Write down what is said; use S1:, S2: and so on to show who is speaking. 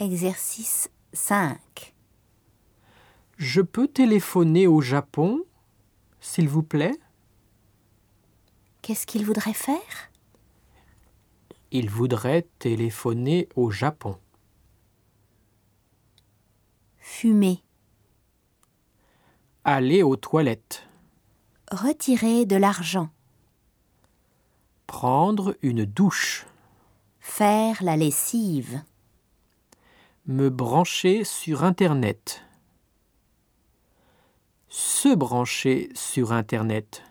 S1: Exercice 5.
S2: Je peux téléphoner au Japon, s'il vous plaît
S1: Qu'est-ce qu'il voudrait faire
S2: Il voudrait téléphoner au Japon.
S1: Fumer.
S2: Aller aux toilettes.
S1: Retirer de l'argent.
S2: Prendre une douche.
S1: Faire la lessive.
S2: Me brancher sur Internet. Se brancher sur Internet.